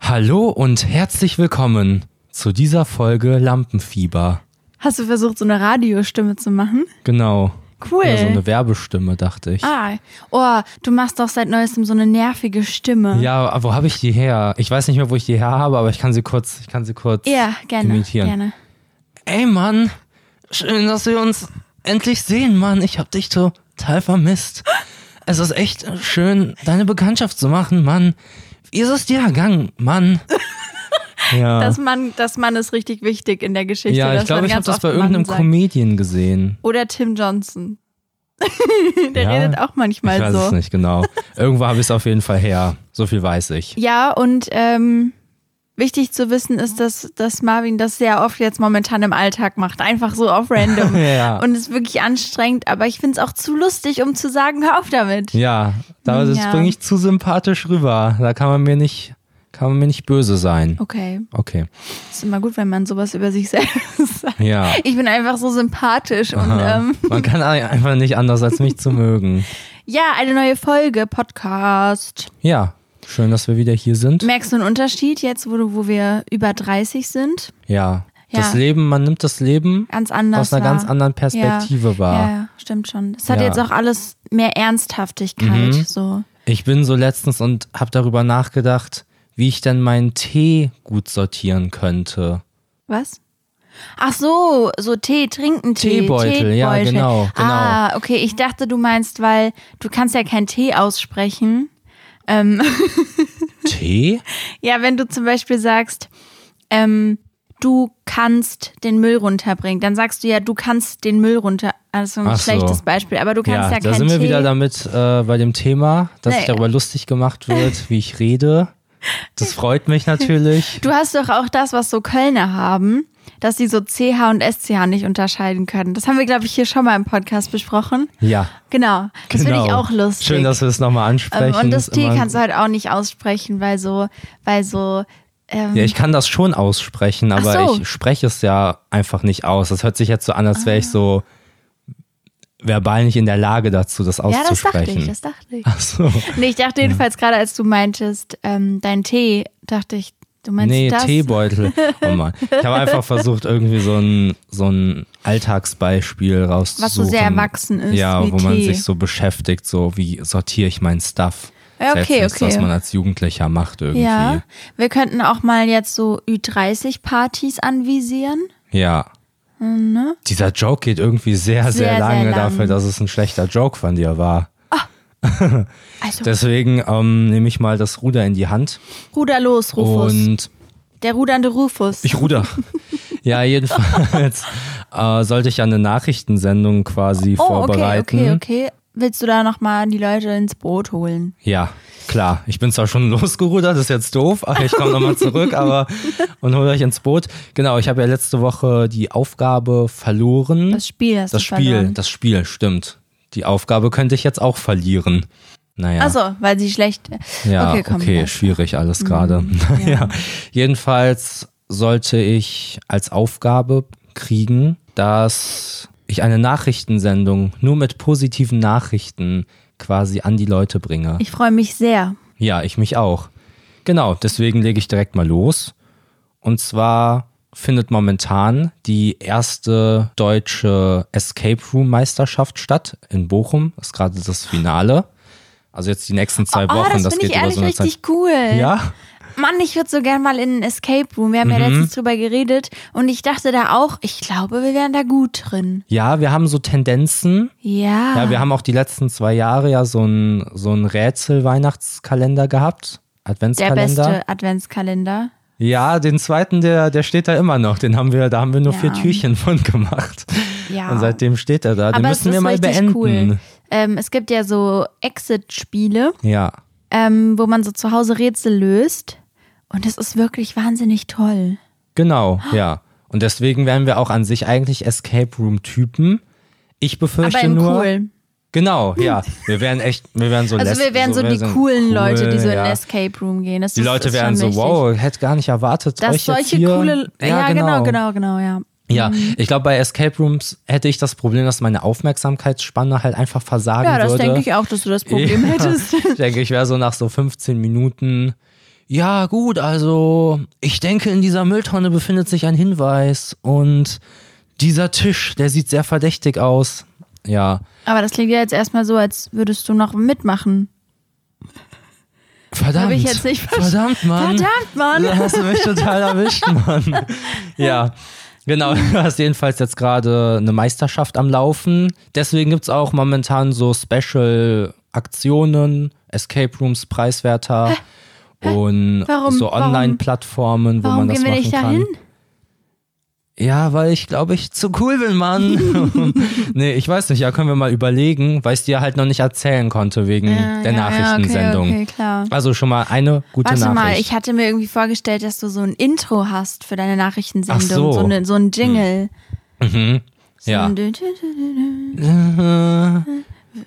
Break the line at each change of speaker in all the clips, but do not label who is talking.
Hallo und herzlich willkommen zu dieser Folge Lampenfieber.
Hast du versucht, so eine Radiostimme zu machen?
Genau.
Cool.
Oder so eine Werbestimme, dachte ich.
Ah, oh, du machst doch seit neuestem so eine nervige Stimme.
Ja, aber wo habe ich die her? Ich weiß nicht mehr, wo ich die her habe, aber ich kann sie kurz, ich kann sie kurz
Ja, gerne,
imitieren.
gerne.
Ey Mann, schön, dass wir uns endlich sehen, Mann. Ich hab dich total vermisst. Es ist echt schön, deine Bekanntschaft zu machen, Mann. Wie ist es dir ergangen, Mann? Ja,
Das Mann, das Mann ist richtig wichtig in der Geschichte.
ja
dass
ich glaube,
man
ich habe
ganz
das
oft
bei
Mann
irgendeinem
sagt.
Comedian gesehen.
Oder Tim Johnson. Der
Ja,
redet auch manchmal
Ich weiß
so.
es nicht genau. Irgendwo habe ich es auf jeden Fall her. So viel weiß ich.
Ja, und ähm, wichtig zu wissen ist, dass, dass Marvin das sehr oft jetzt momentan im Alltag macht. Einfach so auf random.
Ja.
Und es ist wirklich anstrengend, aber ich finde es auch zu lustig, um zu sagen, hör auf damit.
Ja, da das
Ja.
bringe ich zu sympathisch rüber. Da kann man mir nicht, kann man mir nicht böse sein.
Okay,
Okay.
ist immer gut, wenn man sowas über sich selbst sagt.
Ja.
Ich bin einfach so sympathisch und
Aha.
ähm,
Man kann ein- einfach nicht anders als mich zu mögen.
ja, eine neue Folge, Podcast.
Ja. Schön, dass wir wieder hier sind.
Merkst du einen Unterschied jetzt, wo, du, wo wir über 30 sind?
Ja. Das
Ja.
Leben, man nimmt das Leben
Ganz anders.
aus einer
wahr.
ganz anderen Perspektive
ja.
wahr.
Ja, ja, stimmt schon. Es hat
Ja. Mhm.
jetzt auch alles mehr Ernsthaftigkeit. So.
Ich bin so letztens und habe darüber nachgedacht, wie ich denn meinen Tee gut sortieren könnte.
Was? Ach so, so Tee, trinken Tee.
Teebeutel, ja,
Teebeutel.
genau, genau.
Ah, okay, ich dachte, du meinst, weil du kannst ja keinen Tee aussprechen.
Tee?
Ja, wenn du zum Beispiel sagst, ähm, du kannst den Müll runterbringen, dann sagst du ja, du kannst den Müll runter. Also ein
Ach so.
schlechtes Beispiel, aber du kannst
da
ja, keinen
sind wir
Tee.
wieder damit äh, bei dem Thema, dass
Nee.
ich darüber lustig gemacht wird, wie ich rede. Das freut mich natürlich.
du hast doch auch das, was so Kölner haben, dass die so CH und SCH nicht unterscheiden können. Das haben wir, glaube ich, hier schon mal im Podcast besprochen.
Ja,
Genau. Das
genau.
finde ich auch lustig.
Schön, dass wir es nochmal ansprechen.
ähm, und das
Ist
T
immer-
kannst du halt auch nicht aussprechen, weil so, weil so, ähm,
ja, ich kann das schon aussprechen, aber
Ach so.
ich spreche es ja einfach nicht aus. Das hört sich jetzt so an, als
Ah.
wäre ich so verbal nicht in der Lage dazu, das
ja, das dachte ich,
auszusprechen.
das dachte ich.
Ach so.
Nee, ich dachte jedenfalls gerade, als du meintest, ähm, dein Tee, dachte ich, du meinst
Nee,
das?
Teebeutel. Oh Mann. Ich habe einfach versucht, irgendwie so ein, so ein Alltagsbeispiel rauszusuchen.
Was so sehr erwachsen ist,
Ja,
wie
wo man
Tee.
sich so beschäftigt, so wie sortiere ich mein Stuff.
Ja,
Das ist
okay,
jetzt nichts,
okay.
was man als Jugendlicher macht irgendwie.
Ja, wir könnten auch mal jetzt so Ü30-Partys anvisieren.
Ja. Dieser Joke geht irgendwie sehr, sehr,
Hm, ne? Sehr, sehr
lange
lang.
dafür, dass es ein schlechter Joke von dir war.
Also,
Deswegen ähm, nehme ich mal das Ruder in die Hand
ruder los, Rufus.
und
Der rudernde Rufus.
Ich ruder. ja, jedenfalls äh, sollte ich ja eine Nachrichtensendung quasi
oh, okay,
vorbereiten.
okay, okay. Willst du da nochmal die Leute ins Boot holen?
Ja, klar. Ich bin zwar schon losgerudert, ist jetzt doof, aber ich komme nochmal zurück aber und hole euch ins Boot. Genau, ich habe ja letzte Woche die Aufgabe verloren.
Das Spiel hast
Das
du
Spiel,
verloren.
das Spiel, stimmt. Die Aufgabe könnte ich jetzt auch verlieren. Naja.
Achso, weil sie schlecht.
Ja, okay,
okay, komm. ja. Mhm.
schwierig alles gerade. Ja. Jedenfalls sollte ich als Aufgabe kriegen, dass ich eine Nachrichtensendung nur mit positiven Nachrichten quasi an die Leute bringe.
Ich freue mich sehr.
Ja, ich mich auch. Genau, deswegen lege ich direkt mal los. Und zwar findet momentan die erste deutsche Escape Room Meisterschaft statt in Bochum. Ist gerade das Finale. Also jetzt die nächsten zwei
oh,
Wochen.
das,
das
finde
geht
ich
über
ehrlich
so eine Zeit.
richtig cool.
Ja,
Mann, ich würde so gern mal in einen Escape Room. Wir haben
Mhm.
ja letztens drüber geredet und ich dachte da auch, ich glaube, wir wären da gut drin.
ja, wir haben so Tendenzen.
Ja.
Ja, wir haben auch die letzten zwei Jahre ja so ein, so ein Rätsel-Weihnachtskalender gehabt.
der
Adventskalender.
beste Adventskalender.
Ja, den zweiten, der, der steht da immer noch. Den haben wir, da haben wir nur
Ja.
vier Türchen von gemacht.
Ja.
Und seitdem steht er da. Den
Aber es
müssen
ist
wir mal
richtig
beenden.
cool. Ähm, es gibt ja so Exit-Spiele,
Ja.
ähm, wo man so zu Hause Rätsel löst. Und es ist wirklich wahnsinnig toll.
Genau, ja. Und deswegen wären wir auch an sich eigentlich Escape Room-Typen. Ich befürchte
Aber in
nur.
cool.
Genau, ja. Wir wären echt, wir wären so
Also
les-
wir wären so, die
cool,
coolen Leute, die so in
ja.
den Escape Room gehen. Das
Die
ist,
Leute
ist
wären
schon
so,
wichtig.
wow, hätte gar nicht erwartet,
Dass
euch jetzt
solche
hier.
coole. Ja, genau, genau, genau, ja.
Ja, ich glaube, bei Escape Rooms hätte ich das Problem, dass meine Aufmerksamkeitsspanne halt einfach versagen
Ja, das
würde.
denke ich auch, dass du das Problem
Ja.
hättest.
Ich denke, ich wäre so nach so 15 Minuten, ja gut, also ich denke, in dieser Mülltonne befindet sich ein Hinweis und dieser Tisch, der sieht sehr verdächtig aus. Ja,
Aber das klingt ja jetzt erstmal so, als würdest du noch mitmachen.
verdammt.
Hab ich jetzt nicht verstanden.
verdammt, Mann.
Verdammt, Mann.
Da hast du mich total erwischt, Mann. Ja, genau. Du hast jedenfalls jetzt gerade eine Meisterschaft am Laufen. Deswegen gibt es auch momentan so Special-Aktionen, Escape Rooms, Preiswerter und
Warum-
so
warum-
Online-Plattformen, wo man
Warum
das
gehen wir
machen
nicht
kann.
dahin?
Ja, weil ich glaube, ich zu cool bin, Mann. nee, ich weiß nicht. Ja, können wir mal überlegen, weil ich dir halt noch nicht erzählen konnte wegen
Ja,
Hm, der
ja, ja,
Nachrichtensendung.
Okay, okay, klar.
Also schon mal eine gute
Warte
Nachricht.
mal, ich hatte mir irgendwie vorgestellt, dass du so ein Intro hast für deine Nachrichtensendung.
Ach so. Hm. Mhm.
ne, so ein Jingle. So
ja.
ein Dü- Dü- Dü- Dü- Dü.
Äh,
Äh,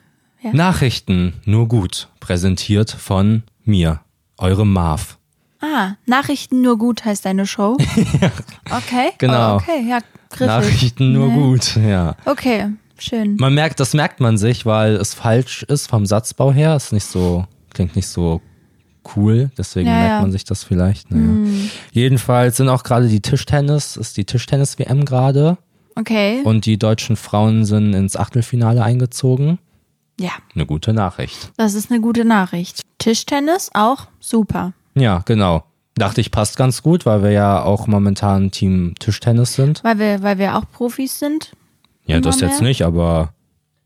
Nachrichten nur gut, präsentiert von mir, eurem Marv.
Ah, Nachrichten nur gut heißt deine Show. Okay.
Genau.
Oh, okay, ja, griffig.
Nachrichten nur
Nee.
gut, ja.
Okay, schön.
Man merkt, das merkt man sich, weil es falsch ist vom Satzbau her. Ist nicht so, klingt nicht so cool, deswegen
Ja,
merkt
ja. Hm.
man sich das vielleicht. Naja. Jedenfalls sind auch gerade die Tischtennis, ist die Tischtennis-WM gerade
Okay.
und die deutschen Frauen sind ins Achtelfinale eingezogen.
Ja,
Eine gute Nachricht.
das ist eine gute Nachricht. Tischtennis auch super.
Ja, genau. Dachte ich, passt ganz gut, weil wir ja auch momentan Team Tischtennis sind.
Weil wir, weil wir auch Profis sind.
Ja, das
Immer
jetzt
mehr?
nicht, aber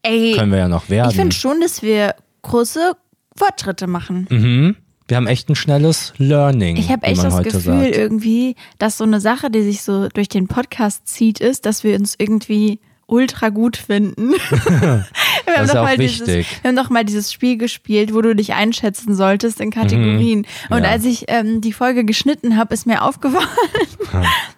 Ey,
können wir ja noch
ich
werden.
finde schon, dass wir große Fortschritte machen.
Mhm. Wir haben echt ein schnelles Learning.
Ich habe
wie
echt
man
das
heute
Gefühl
sagt.
irgendwie, dass so eine Sache, die sich so durch den Podcast zieht, ist, dass wir uns irgendwie ultra gut finden. wir haben
ist
doch
auch
mal
wichtig.
Dieses, wir haben doch mal dieses Spiel gespielt, wo du dich einschätzen solltest in Kategorien. Und
Mhm, Ja.
als ich ähm, die Folge geschnitten habe, ist mir aufgefallen,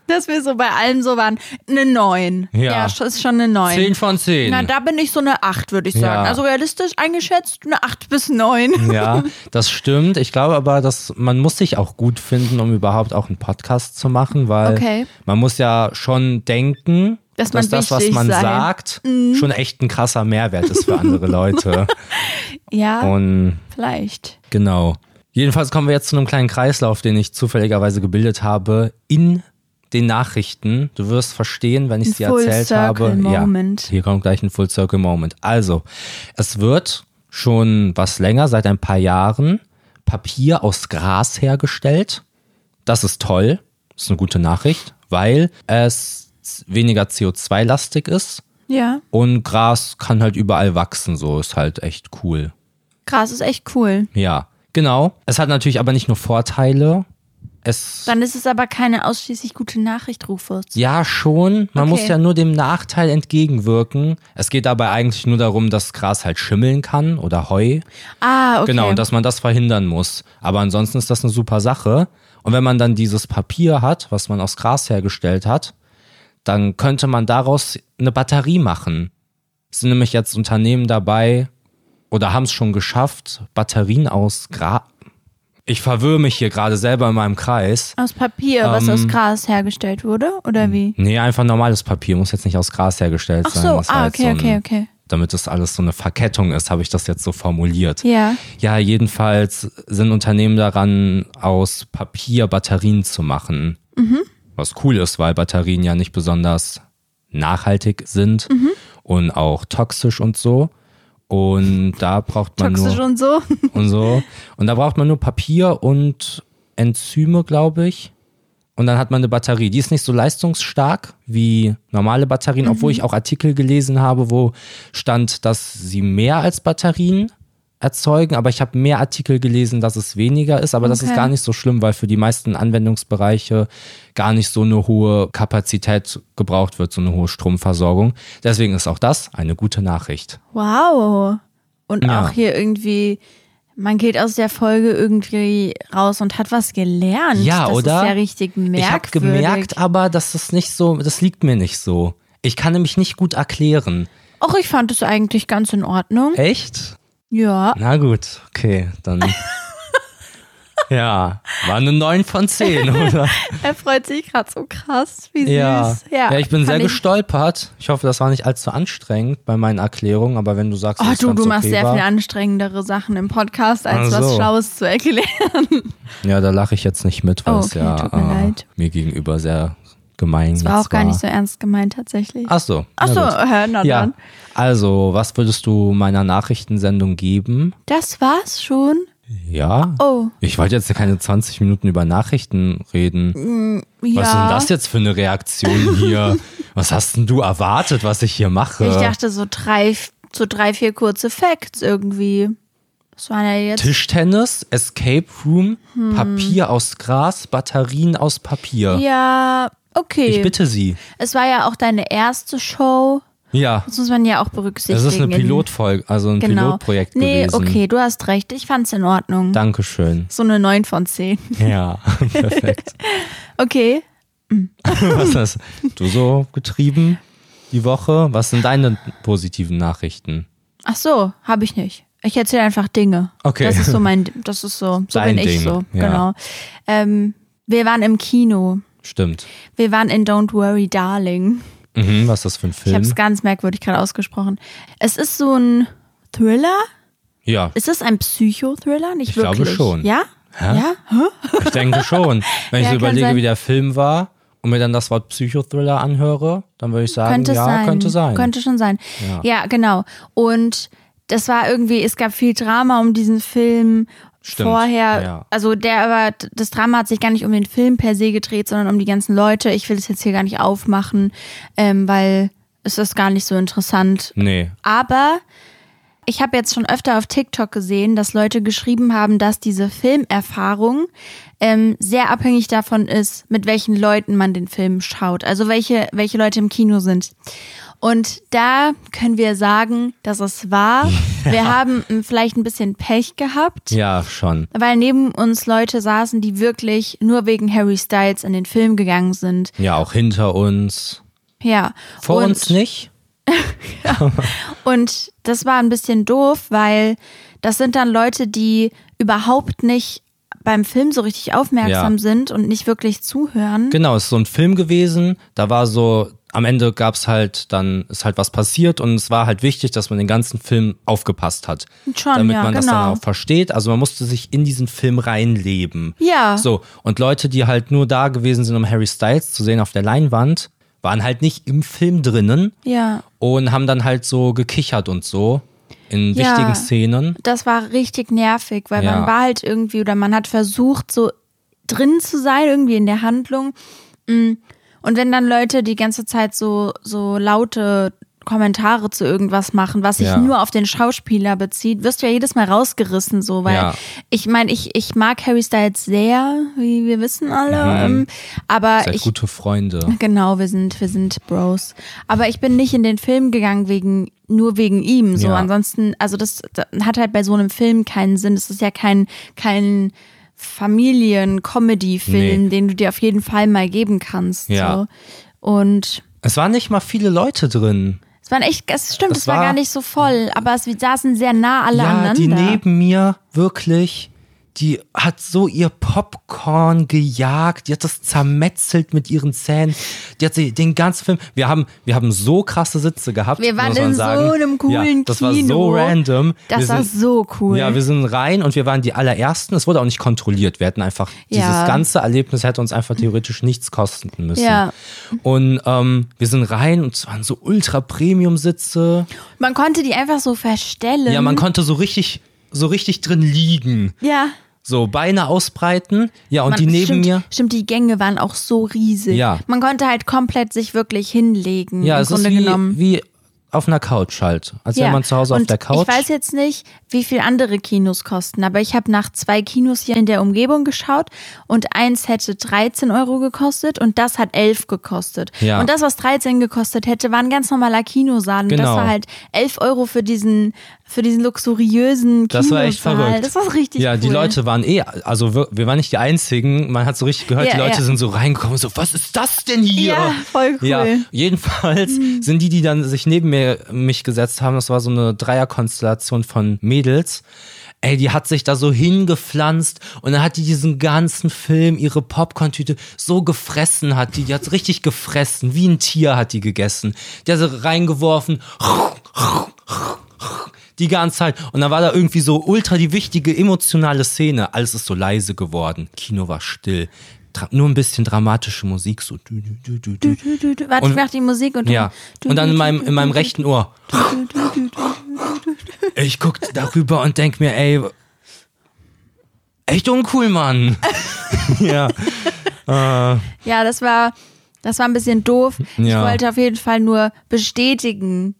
dass wir so bei allem so waren, eine 9.
Ja.
sch- ist schon eine 9.
10 von 10.
Na, da bin ich so eine 8, würde ich
Ja.
sagen. Also realistisch eingeschätzt, eine 8 bis 9.
ja, das stimmt. Ich glaube aber, dass man muss sich auch gut finden, um überhaupt auch einen Podcast zu machen, weil
Okay.
man muss ja schon denken,
Dass man
dass das, was
wichtig
man
sei. Mhm.
sagt, schon echt ein krasser Mehrwert ist für andere Leute.
Ja,
Und
vielleicht.
Genau. Jedenfalls kommen wir jetzt zu einem kleinen Kreislauf, den ich zufälligerweise gebildet habe in den Nachrichten. Du wirst verstehen, wenn ich es dir
Full
erzählt
Circle
habe.
Moment.
Ja, hier kommt gleich ein Full Circle Moment. Also, es wird schon was länger, seit ein paar Jahren, Papier aus Gras hergestellt. Das ist toll. Das ist eine gute Nachricht, weil es weniger CO2-lastig ist
Ja.
und Gras kann halt überall wachsen. So ist halt echt cool.
Gras ist echt cool.
Ja, genau. Es hat natürlich aber nicht nur Vorteile. Es
Dann ist es aber keine ausschließlich gute Nachricht, Rufus.
ja schon, man
Okay.
muss ja nur dem Nachteil entgegenwirken. Es geht dabei eigentlich nur darum, dass Gras halt schimmeln kann oder Heu.
Ah, okay.
Genau, und dass man das verhindern muss. Aber ansonsten ist das eine super Sache. Und wenn man dann dieses Papier hat, was man aus Gras hergestellt hat, dann könnte man daraus eine Batterie machen. Es sind nämlich jetzt Unternehmen dabei oder haben es schon geschafft, Batterien aus Gras. Ich verwirre mich hier gerade selber in meinem Kreis.
aus Papier, was
Ähm,
aus Gras hergestellt wurde,
hm,
oder wie?
Nee, einfach normales Papier, muss jetzt nicht aus Gras hergestellt
Ach
sein.
so,
Das war
ah,
jetzt
okay,
so ein-
okay, okay.
Damit das alles so eine Verkettung ist, habe ich das jetzt so formuliert.
Ja.
Ja, jedenfalls sind Unternehmen daran, aus Papier Batterien zu machen. Was cool ist, weil Batterien ja nicht besonders nachhaltig sind und auch toxisch und so. Und da braucht man
Toxisch
nur
und so.
und so. Und da braucht man nur Papier und Enzyme, glaube ich. Und dann hat man eine Batterie. Die ist nicht so leistungsstark wie normale Batterien, obwohl ich auch Artikel gelesen habe, wo stand, dass sie mehr als Batterien erzeugen. Aber ich habe mehr Artikel gelesen, dass es weniger ist. Aber das ist
Okay.
gar nicht so schlimm, weil für die meisten Anwendungsbereiche gar nicht so eine hohe Kapazität gebraucht wird, so eine hohe Stromversorgung. Deswegen ist auch das eine gute Nachricht.
Wow. Und
Ja.
auch hier irgendwie, man geht aus der Folge irgendwie raus und hat was gelernt.
Ja,
das
oder?
ist ja richtig
Ich habe
merkwürdig.
gemerkt, aber dass das nicht so, das liegt mir nicht so. Ich kann nämlich nicht gut erklären.
Och, ich fand es eigentlich ganz in Ordnung.
Echt?
Ja.
Na gut, okay, dann. Ja, war eine 9 von 10, oder?
Er freut sich gerade so krass, wie süß.
Ja. ja. ich bin
fand
sehr gestolpert. Ich hoffe, das war nicht allzu anstrengend bei meinen Erklärungen, aber wenn du sagst,
Oh,
dass
du,
ganz
du machst
okay
sehr
war,
viel anstrengendere Sachen im Podcast, als
Ach
was
so.
Schlaues zu erklären.
Ja, da lache ich jetzt nicht mit, weil
Oh,
es
okay,
ja
tut mir
äh,
leid.
mir gegenüber sehr gemein
Das war auch gar nicht so ernst gemeint, tatsächlich.
Ach so.
Ach
na
so,
gut.
äh, na
Ja,
dann.
also, was würdest du meiner Nachrichtensendung geben?
Das war's schon?
Ja.
Oh,
Ich wollte jetzt ja keine 20 Minuten über Nachrichten reden.
ja.
Was ist denn das jetzt für eine Reaktion hier? was hast denn du erwartet, was ich hier mache?
Ich dachte so drei, so drei, vier kurze Facts irgendwie. Das waren ja jetzt.
Tischtennis, Escape Room,
Hm.
Papier aus Gras, Batterien aus Papier.
Ja, okay.
Ich bitte Sie.
Es war ja auch deine erste Show.
Ja,
Das muss man ja auch berücksichtigen.
es ist eine
in-
Pilotfolge, also ein
genau.
Pilotprojekt
nee,
gewesen.
okay, du hast recht. Ich fand's in Ordnung.
Dankeschön.
so eine 9 von 10.
Ja, perfekt.
Okay.
Was hast du so getrieben die Woche? Was sind deine positiven Nachrichten?
Ach so, habe ich nicht. Ich erzähle einfach Dinge.
Okay.
Das ist so mein, das ist so, so
Dein
bin ich
Ding,
so.
ja.
Genau. Ähm, wir waren im Kino.
Stimmt.
Wir waren in Don't Worry Darling.
Mhm, was ist das für ein
Ich habe es
Film?
ganz merkwürdig gerade ausgesprochen. Es ist so ein Thriller.
Ja,
Ist es ein Psychothriller? Nicht
Ich glaube
wirklich.
schon.
Ja? Ja?
ich denke schon. Wenn ich
Ja,
so
kann
überlege,
sein.
wie der Film war und mir dann das Wort Psychothriller anhöre, dann würde ich sagen,
Könnte es
ja,
sein.
könnte sein.
Könnte schon sein.
Ja.
Ja. genau. Und das war irgendwie, es gab viel Drama um diesen Film
Stimmt,
vorher.
ja.
Also der aber, das Drama hat sich gar nicht um den Film per se gedreht, sondern um die ganzen Leute. Ich will es jetzt hier gar nicht aufmachen, ähm, weil es ist gar nicht so interessant.
Nee,
Aber ich habe jetzt schon öfter auf TikTok gesehen, dass Leute geschrieben haben, dass diese Filmerfahrung ähm, sehr abhängig davon ist, mit welchen Leuten man den Film schaut. Also welche, welche Leute im Kino sind. Und da können wir sagen, dass es wahr. Wir haben m, vielleicht ein bisschen Pech gehabt.
ja, schon.
Weil neben uns Leute saßen, die wirklich nur wegen Harry Styles in den Film gegangen sind.
Ja, auch hinter uns.
Ja.
Vor
Und-
uns nicht?
Und das war ein bisschen doof, weil das sind dann Leute, die überhaupt nicht beim Film so richtig aufmerksam
Ja.
sind und nicht wirklich zuhören.
Genau, es ist so ein Film gewesen. Da war so, am Ende gab es halt, dann ist halt was passiert und es war halt wichtig, dass man den ganzen Film aufgepasst hat.
Schon,
damit
ja,
man das
genau.
dann auch versteht. Also man musste sich in diesen Film reinleben.
Ja.
So, und Leute, die halt nur da gewesen sind, um Harry Styles zu sehen auf der Leinwand, waren halt nicht im Film drinnen
Ja,
und haben dann halt so gekichert und so in
Ja.
wichtigen Szenen.
das war richtig nervig, weil
Ja.
man war halt irgendwie oder man hat versucht, so drin zu sein, irgendwie in der Handlung. Mm. Und wenn dann Leute die ganze Zeit so, so laute Kommentare zu irgendwas machen, was sich
Ja.
nur auf den Schauspieler bezieht, wirst du ja jedes Mal rausgerissen, so, weil
Ja.
ich meine, ich, ich mag Harry Styles sehr, wie wir wissen alle,
Mhm.
ähm, aber
Seid
ich,
gute Freunde.
Genau, wir sind, wir sind Bros. Aber ich bin nicht in den Film gegangen wegen, nur wegen ihm. So,
Ja.
ansonsten, also das, das hat halt bei so einem Film keinen Sinn. Es ist ja kein, kein Familien-Comedy-Film,
Nee.
den du dir auf jeden Fall mal geben kannst.
Ja.
So. Und
Es waren nicht mal viele Leute drin.
es waren echt, es stimmt,
Das
es war,
war-
gar nicht so voll, aber es, wir saßen sehr nah alle
Ja,
aneinander.
die neben mir, wirklich, die hat so ihr Popcorn gejagt, die hat das zermetzelt mit ihren Zähnen, die hat sie den ganzen Film, wir haben, wir haben so krasse Sitze gehabt,
Wir waren
muss man
in so
sagen.
einem coolen
ja, das war so
Kino.
random.
das
wir
war
sind,
so cool.
Ja, wir sind rein und wir waren die allerersten, es wurde auch nicht kontrolliert, wir hätten einfach,
Ja.
dieses ganze Erlebnis hätte uns einfach theoretisch nichts kosten müssen.
Ja.
Und ähm, wir sind rein und es waren so Ultra-Premium-Sitze.
man konnte die einfach so verstellen.
Ja, man konnte so richtig, so richtig drin liegen.
Ja.
So, Beine ausbreiten. Ja, und
Man-
die neben
stimmt,
mir.
Stimmt, die Gänge waren auch so riesig.
Ja.
Man konnte halt komplett sich wirklich hinlegen.
Ja,
im
es
Grunde
ist wie,
genommen.
wie auf einer Couch halt. Als wäre man zu Hause
Und
auf der Couch.
Ich weiß jetzt nicht, wie viel andere Kinos kosten, aber ich habe nach zwei Kinos hier in der Umgebung geschaut und eins hätte 13 Euro gekostet und das hat 11 gekostet.
Ja.
Und das, was 13 gekostet hätte, war ein ganz normaler Kinosaal und
Genau.
das war halt 11 Euro für diesen, für diesen luxuriösen Kinosaal.
das war echt verrückt.
halt, Das war richtig
Ja,
cool.
die Leute waren eh, also wir, wir waren nicht die Einzigen. Man hat so richtig gehört,
Ja,
die Leute
ja.
sind so reingekommen, so, was ist das denn hier?
Ja, voll cool.
Ja, jedenfalls sind die, die dann sich neben mir, mich gesetzt haben, das war so eine Dreierkonstellation von Mädels, Ey, die hat sich da so hingepflanzt und dann hat die diesen ganzen Film, ihre Popcorn-Tüte, so gefressen hat die. Die hat richtig gefressen, wie ein Tier hat die gegessen. Die hat sie reingeworfen. Die ganze Zeit. Und dann war da irgendwie so ultra die wichtige emotionale Szene. Alles ist so leise geworden. Kino war still. Dra nur ein bisschen dramatische Musik. So. Du, du, du, du,
Du,
du.
du, du, du. Warte, ich mach die Musik und du,
Ja.
du,
Und dann
du,
in
du,
meinem,
du,
in meinem
du,
rechten Ohr.
du, du, du, du.
Ich guck darüber und denk mir, ey, echt uncool, Mann. ja.
Ja, das war, das war ein bisschen doof.
Ja.
Ich wollte auf jeden Fall nur bestätigen.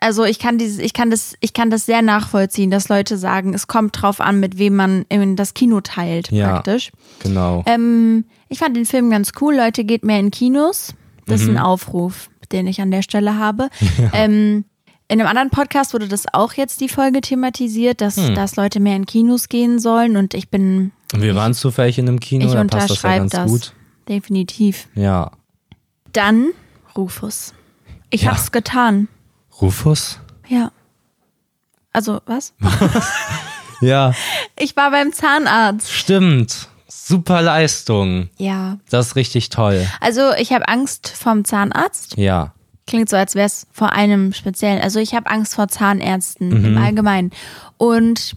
Also ich kann dieses, ich kann das, ich kann das sehr nachvollziehen, dass Leute sagen, es kommt drauf an, mit wem man in das Kino teilt,
Ja.
praktisch.
Genau.
Ähm, ich fand den Film ganz cool. Leute, geht mehr in Kinos. Das
Mhm.
ist ein Aufruf, den ich an der Stelle habe. Ähm, in einem anderen Podcast wurde das auch jetzt die Folge thematisiert, dass,
Hm.
dass Leute mehr in Kinos gehen sollen. Und ich bin,
Wir waren zufällig in einem Kino,
ich
da passt das ja
unterschreibe
ganz
das.
gut.
Definitiv.
Ja.
Dann Rufus. Ich
Ja.
hab's getan.
Rufus?
Ja. Also, was?
Ja,
Ich war beim Zahnarzt.
stimmt. Super Leistung.
Ja.
Das ist richtig toll.
Also, ich habe Angst vom Zahnarzt.
Ja.
Klingt so, als wär's vor einem speziellen. Also, ich habe Angst vor Zahnärzten
Mhm.
im Allgemeinen. Und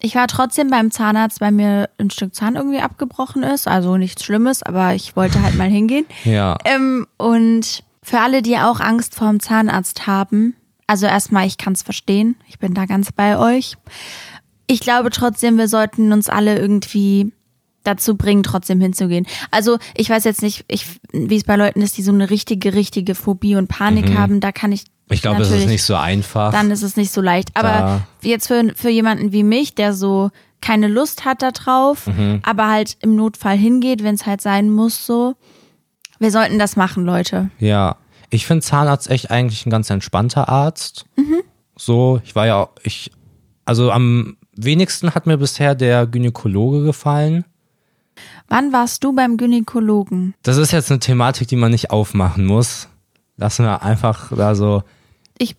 ich war trotzdem beim Zahnarzt, weil mir ein Stück Zahn irgendwie abgebrochen ist. Also nichts Schlimmes, aber ich wollte halt mal hingehen.
Ja.
Ähm, und für alle, die auch Angst vorm Zahnarzt haben, also erstmal, ich kann es verstehen, ich bin da ganz bei euch. Ich glaube trotzdem, wir sollten uns alle irgendwie dazu bringen, trotzdem hinzugehen. Also ich weiß jetzt nicht, ich, wie es bei Leuten ist, die so eine richtige, richtige Phobie und Panik haben, da kann ich.
Mhm. Ich glaube, das ist
natürlich-
nicht so einfach.
Dann ist es nicht so leicht. Aber jetzt für, für jemanden wie mich, der so keine Lust hat da drauf,
Mhm.
aber halt im Notfall hingeht, wenn es halt sein muss, so. Wir sollten das machen, Leute.
Ja, ich finde Zahnarzt echt eigentlich ein ganz entspannter Arzt.
Mhm.
So, ich war ja, auch- ich, also am wenigsten hat mir bisher der Gynäkologe gefallen.
Wann warst du beim Gynäkologen?
Das ist jetzt eine Thematik, die man nicht aufmachen muss. Lassen wir einfach da so,
Ich,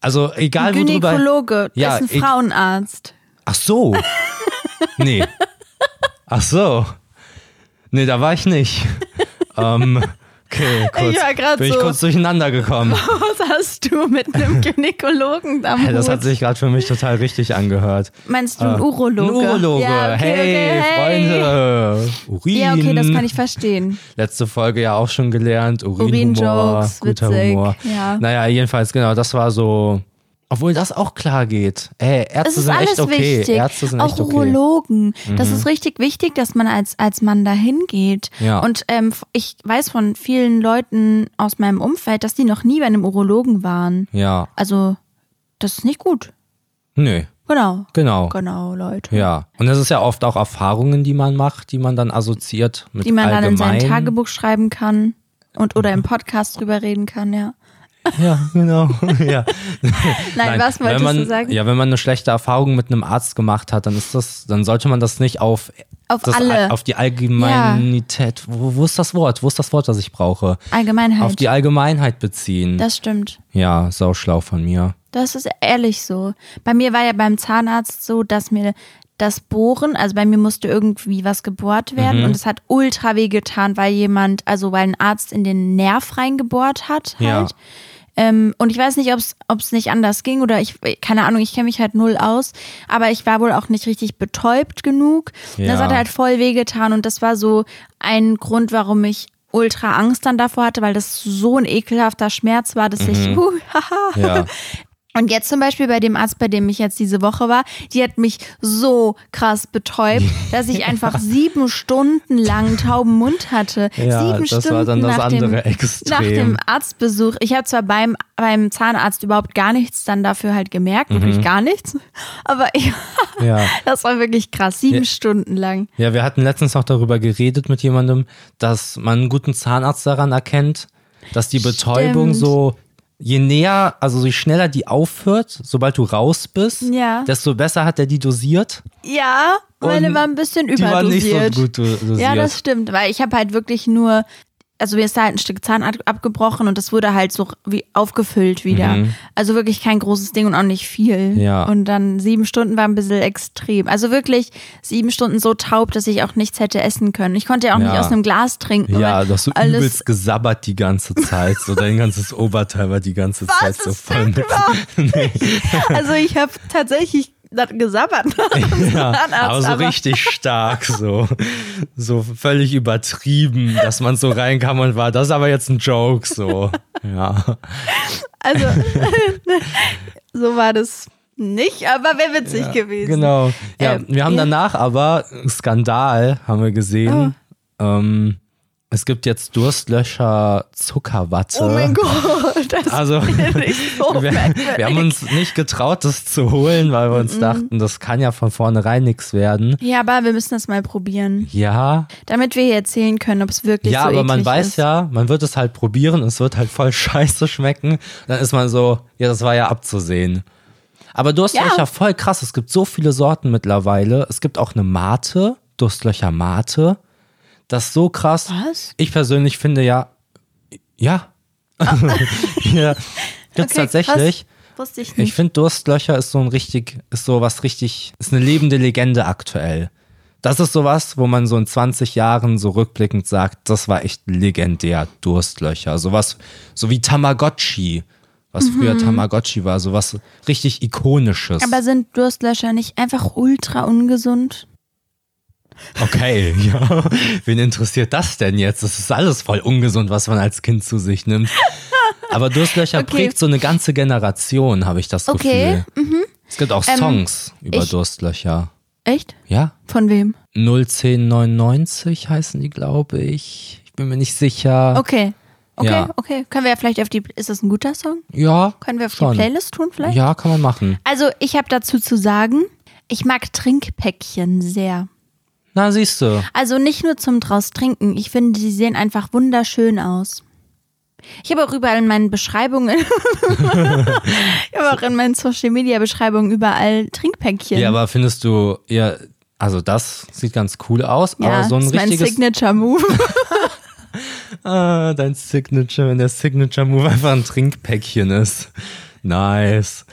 also egal wo drüber.
Gynäkologe
Ja,
ist ein
ich-
Frauenarzt.
Ach so. Nee. Ach so. Nee, da war ich nicht. ähm, okay, kurz.
war grad
bin ich
so-
kurz durcheinander gekommen.
Was hast du mit einem Gynäkologen am
Das hat
Hut?
sich gerade für mich total richtig angehört.
Meinst du einen
Äh, Ein
Urologe?
Urologe.
Ja, okay,
hey,
okay, hey.
Freunde. Urin.
Ja, okay, das kann ich verstehen.
Letzte Folge ja auch schon gelernt. Urinhumor.
Urin-Jokes,
guter
witzig,
Humor.
ja.
Naja, jedenfalls, genau, das war so. Obwohl das auch klar geht. Ey,
Es
Ärzte
ist
sind
alles
echt okay.
wichtig.
Ärzte sind
auch
echt okay. Mhm.
Urologen. Das ist richtig wichtig, dass man als, als Mann dahin geht.
Ja.
Und ähm, f- ich weiß von vielen Leuten aus meinem Umfeld, dass die noch nie bei einem Urologen waren.
ja.
Also, das ist nicht gut.
Nö,
Genau.
genau.
Genau, Leute.
Ja. Und das ist ja oft auch Erfahrungen, die man macht, die man dann assoziiert mit
Die man dann in
allgemein. Mhm.
seinem Tagebuch schreiben kann und oder im Podcast drüber reden kann, ja.
Ja, genau. ja.
Nein,
Nein,
was
wenn
wolltest
man,
du sagen?
Ja, wenn man eine schlechte Erfahrung mit einem Arzt gemacht hat, dann ist das, dann sollte man das nicht auf,
Auf
das,
alle.
auf die Allgemeinität, wo, wo ist das Wort? Wo ist das Wort, das ich brauche?
Allgemeinheit.
Auf die Allgemeinheit beziehen.
halt. das stimmt.
ja, sauschlau von mir.
Das ist ehrlich so. Bei mir war ja beim Zahnarzt so, dass mir das Bohren, also bei mir musste irgendwie was gebohrt werden
Mhm.
und es hat ultra weh getan, weil jemand, also weil ein Arzt in den Nerv reingebohrt hat
Ja.
halt. Ähm, und ich weiß nicht, ob es nicht anders ging oder ich, keine Ahnung, ich kenne mich halt null aus, aber ich war wohl auch nicht richtig betäubt genug. Und Das
Ja.
hat halt voll wehgetan und das war so ein Grund, warum ich ultra Angst dann davor hatte, weil das so ein ekelhafter Schmerz war, dass
Mhm.
ich, huh, haha,
Ja.
und jetzt zum Beispiel bei dem Arzt, bei dem ich jetzt diese Woche war, die hat mich so krass betäubt, dass ich einfach sieben Stunden lang einen tauben Mund hatte.
Ja,
sieben
das
Stunden
war dann das
nach
andere
dem,
Extrem.
Nach dem Arztbesuch. Ich habe zwar beim, beim Zahnarzt überhaupt gar nichts dann dafür halt gemerkt,
Mhm.
wirklich gar nichts. Aber ich,
Ja.
das war wirklich krass, sieben Stunden lang.
Ja, wir hatten letztens noch darüber geredet mit jemandem, dass man einen guten Zahnarzt daran erkennt, dass die Betäubung
Stimmt.
so, je näher, also je schneller die aufhört, sobald du raus bist,
Ja.
desto besser hat er die dosiert.
Ja, meine
Und
war ein bisschen
die war
überdosiert.
nicht so gut do- dosiert.
Ja, das stimmt, weil ich habe halt wirklich nur also mir ist da halt ein Stück Zahn ab- abgebrochen und das wurde halt so wie aufgefüllt wieder. Also wirklich kein großes Ding und auch nicht viel.
Mhm. Ja.
Und dann sieben Stunden war ein bisschen extrem. Also wirklich sieben Stunden so taub, dass ich auch nichts hätte essen können. Ich konnte ja auch
Ja.
nicht aus einem Glas trinken.
Ja,
weil
das so
alles
übelst gesabbert die ganze Zeit. So dein ganzes Oberteil war die ganze Zeit so
ist
voll
denn
mit.
überhaupt nicht. Also ich habe tatsächlich das gesabbert.
Ja,
Zahnarzt,
aber so
aber-
richtig stark, so, so völlig übertrieben, dass man so reinkam und war, das ist aber jetzt ein Joke, so. Ja,
Also so war das nicht, aber wäre witzig gewesen.
genau. Ja,
Ähm,
wir haben
ja.
danach aber Skandal, haben wir gesehen.
Oh.
Ähm, es gibt jetzt Durstlöscher Zuckerwatte.
Oh mein Gott, das
Also,
finde ich so
wir, wir haben uns nicht getraut, das zu holen, weil wir uns
Mhm.
dachten, das kann ja von vornherein nichts werden.
Ja, aber wir müssen das mal probieren,
Ja,
damit wir hier erzählen können, ob es wirklich
ja,
so
aber man
eklig
weiß
ist.
ja, man wird es halt probieren und es wird halt voll scheiße schmecken. Dann ist man so, ja, das war ja abzusehen. Aber Durstlöcher
Ja.
voll krass. Es gibt so viele Sorten mittlerweile. Es gibt auch eine Mate, Durstlöcher Mate. Das ist so krass.
Was?
Ich persönlich finde ja, ja. ja. Gibt's
Okay,
tatsächlich.
Krass. Wusste ich
Ich
nicht.
finde Durstlöcher ist so ein richtig, ist so was richtig, ist eine lebende Legende aktuell. Das ist sowas, wo man so in 20 Jahren so rückblickend sagt, das war echt legendär, Durstlöcher. Sowas, so wie Tamagotchi, was
Mhm.
früher Tamagotchi war, sowas richtig Ikonisches.
aber sind Durstlöscher nicht einfach ultra ungesund?
okay, ja. Wen interessiert das denn jetzt? Das ist alles voll ungesund, was man als Kind zu sich nimmt. Aber Durstlöcher
Okay.
prägt so eine ganze Generation, habe ich das
Okay, mhm. Ähm,
Gefühl. Es gibt auch Songs über
ich-
Durstlöcher.
Echt?
Ja.
Von wem?
01099 heißen die, glaube ich. Ich bin mir nicht sicher.
Okay. Okay,
Ja.
okay. Können wir ja vielleicht auf die. Ist das ein guter Song?
Ja.
Können wir auf
schon.
die Playlist tun vielleicht?
Ja, kann man machen.
Also, ich habe dazu zu sagen, ich mag Trinkpäckchen sehr.
Na, siehst du.
Also nicht nur zum draus trinken. Ich finde, die sehen einfach wunderschön aus. Ich habe auch überall in meinen Beschreibungen, ich habe auch in meinen Social Media Beschreibungen überall Trinkpäckchen.
Ja, aber findest du, ja, also das sieht ganz cool aus,
Ja,
aber so ein
das ist mein
richtiges.
Signature Move.
ah, dein Signature, wenn der Signature Move einfach ein Trinkpäckchen ist. Nice.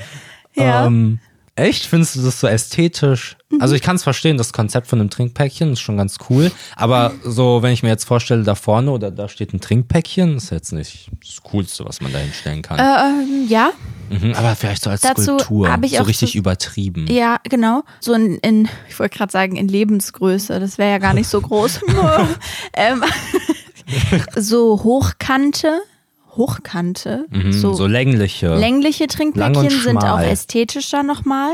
Ja. Mhm.
Ähm, echt? Findest du das so ästhetisch? Also ich kann es verstehen, das Konzept von einem Trinkpäckchen ist schon ganz cool. Aber so, wenn ich mir jetzt vorstelle, da vorne oder da steht ein Trinkpäckchen, ist jetzt nicht das Coolste, was man da hinstellen kann.
ähm, ja,
mhm, aber vielleicht so als
dazu
Skulptur,
hab ich
so
auch
richtig
zu-
übertrieben.
ja, genau. So in, in ich wollte gerade sagen in Lebensgröße. Das wäre ja gar nicht so groß. ähm, so hochkante, hochkante,
Mhm, so,
so
längliche.
Längliche
Lang und
Trinkpäckchen sind
schmal. Mhm.
auch ästhetischer nochmal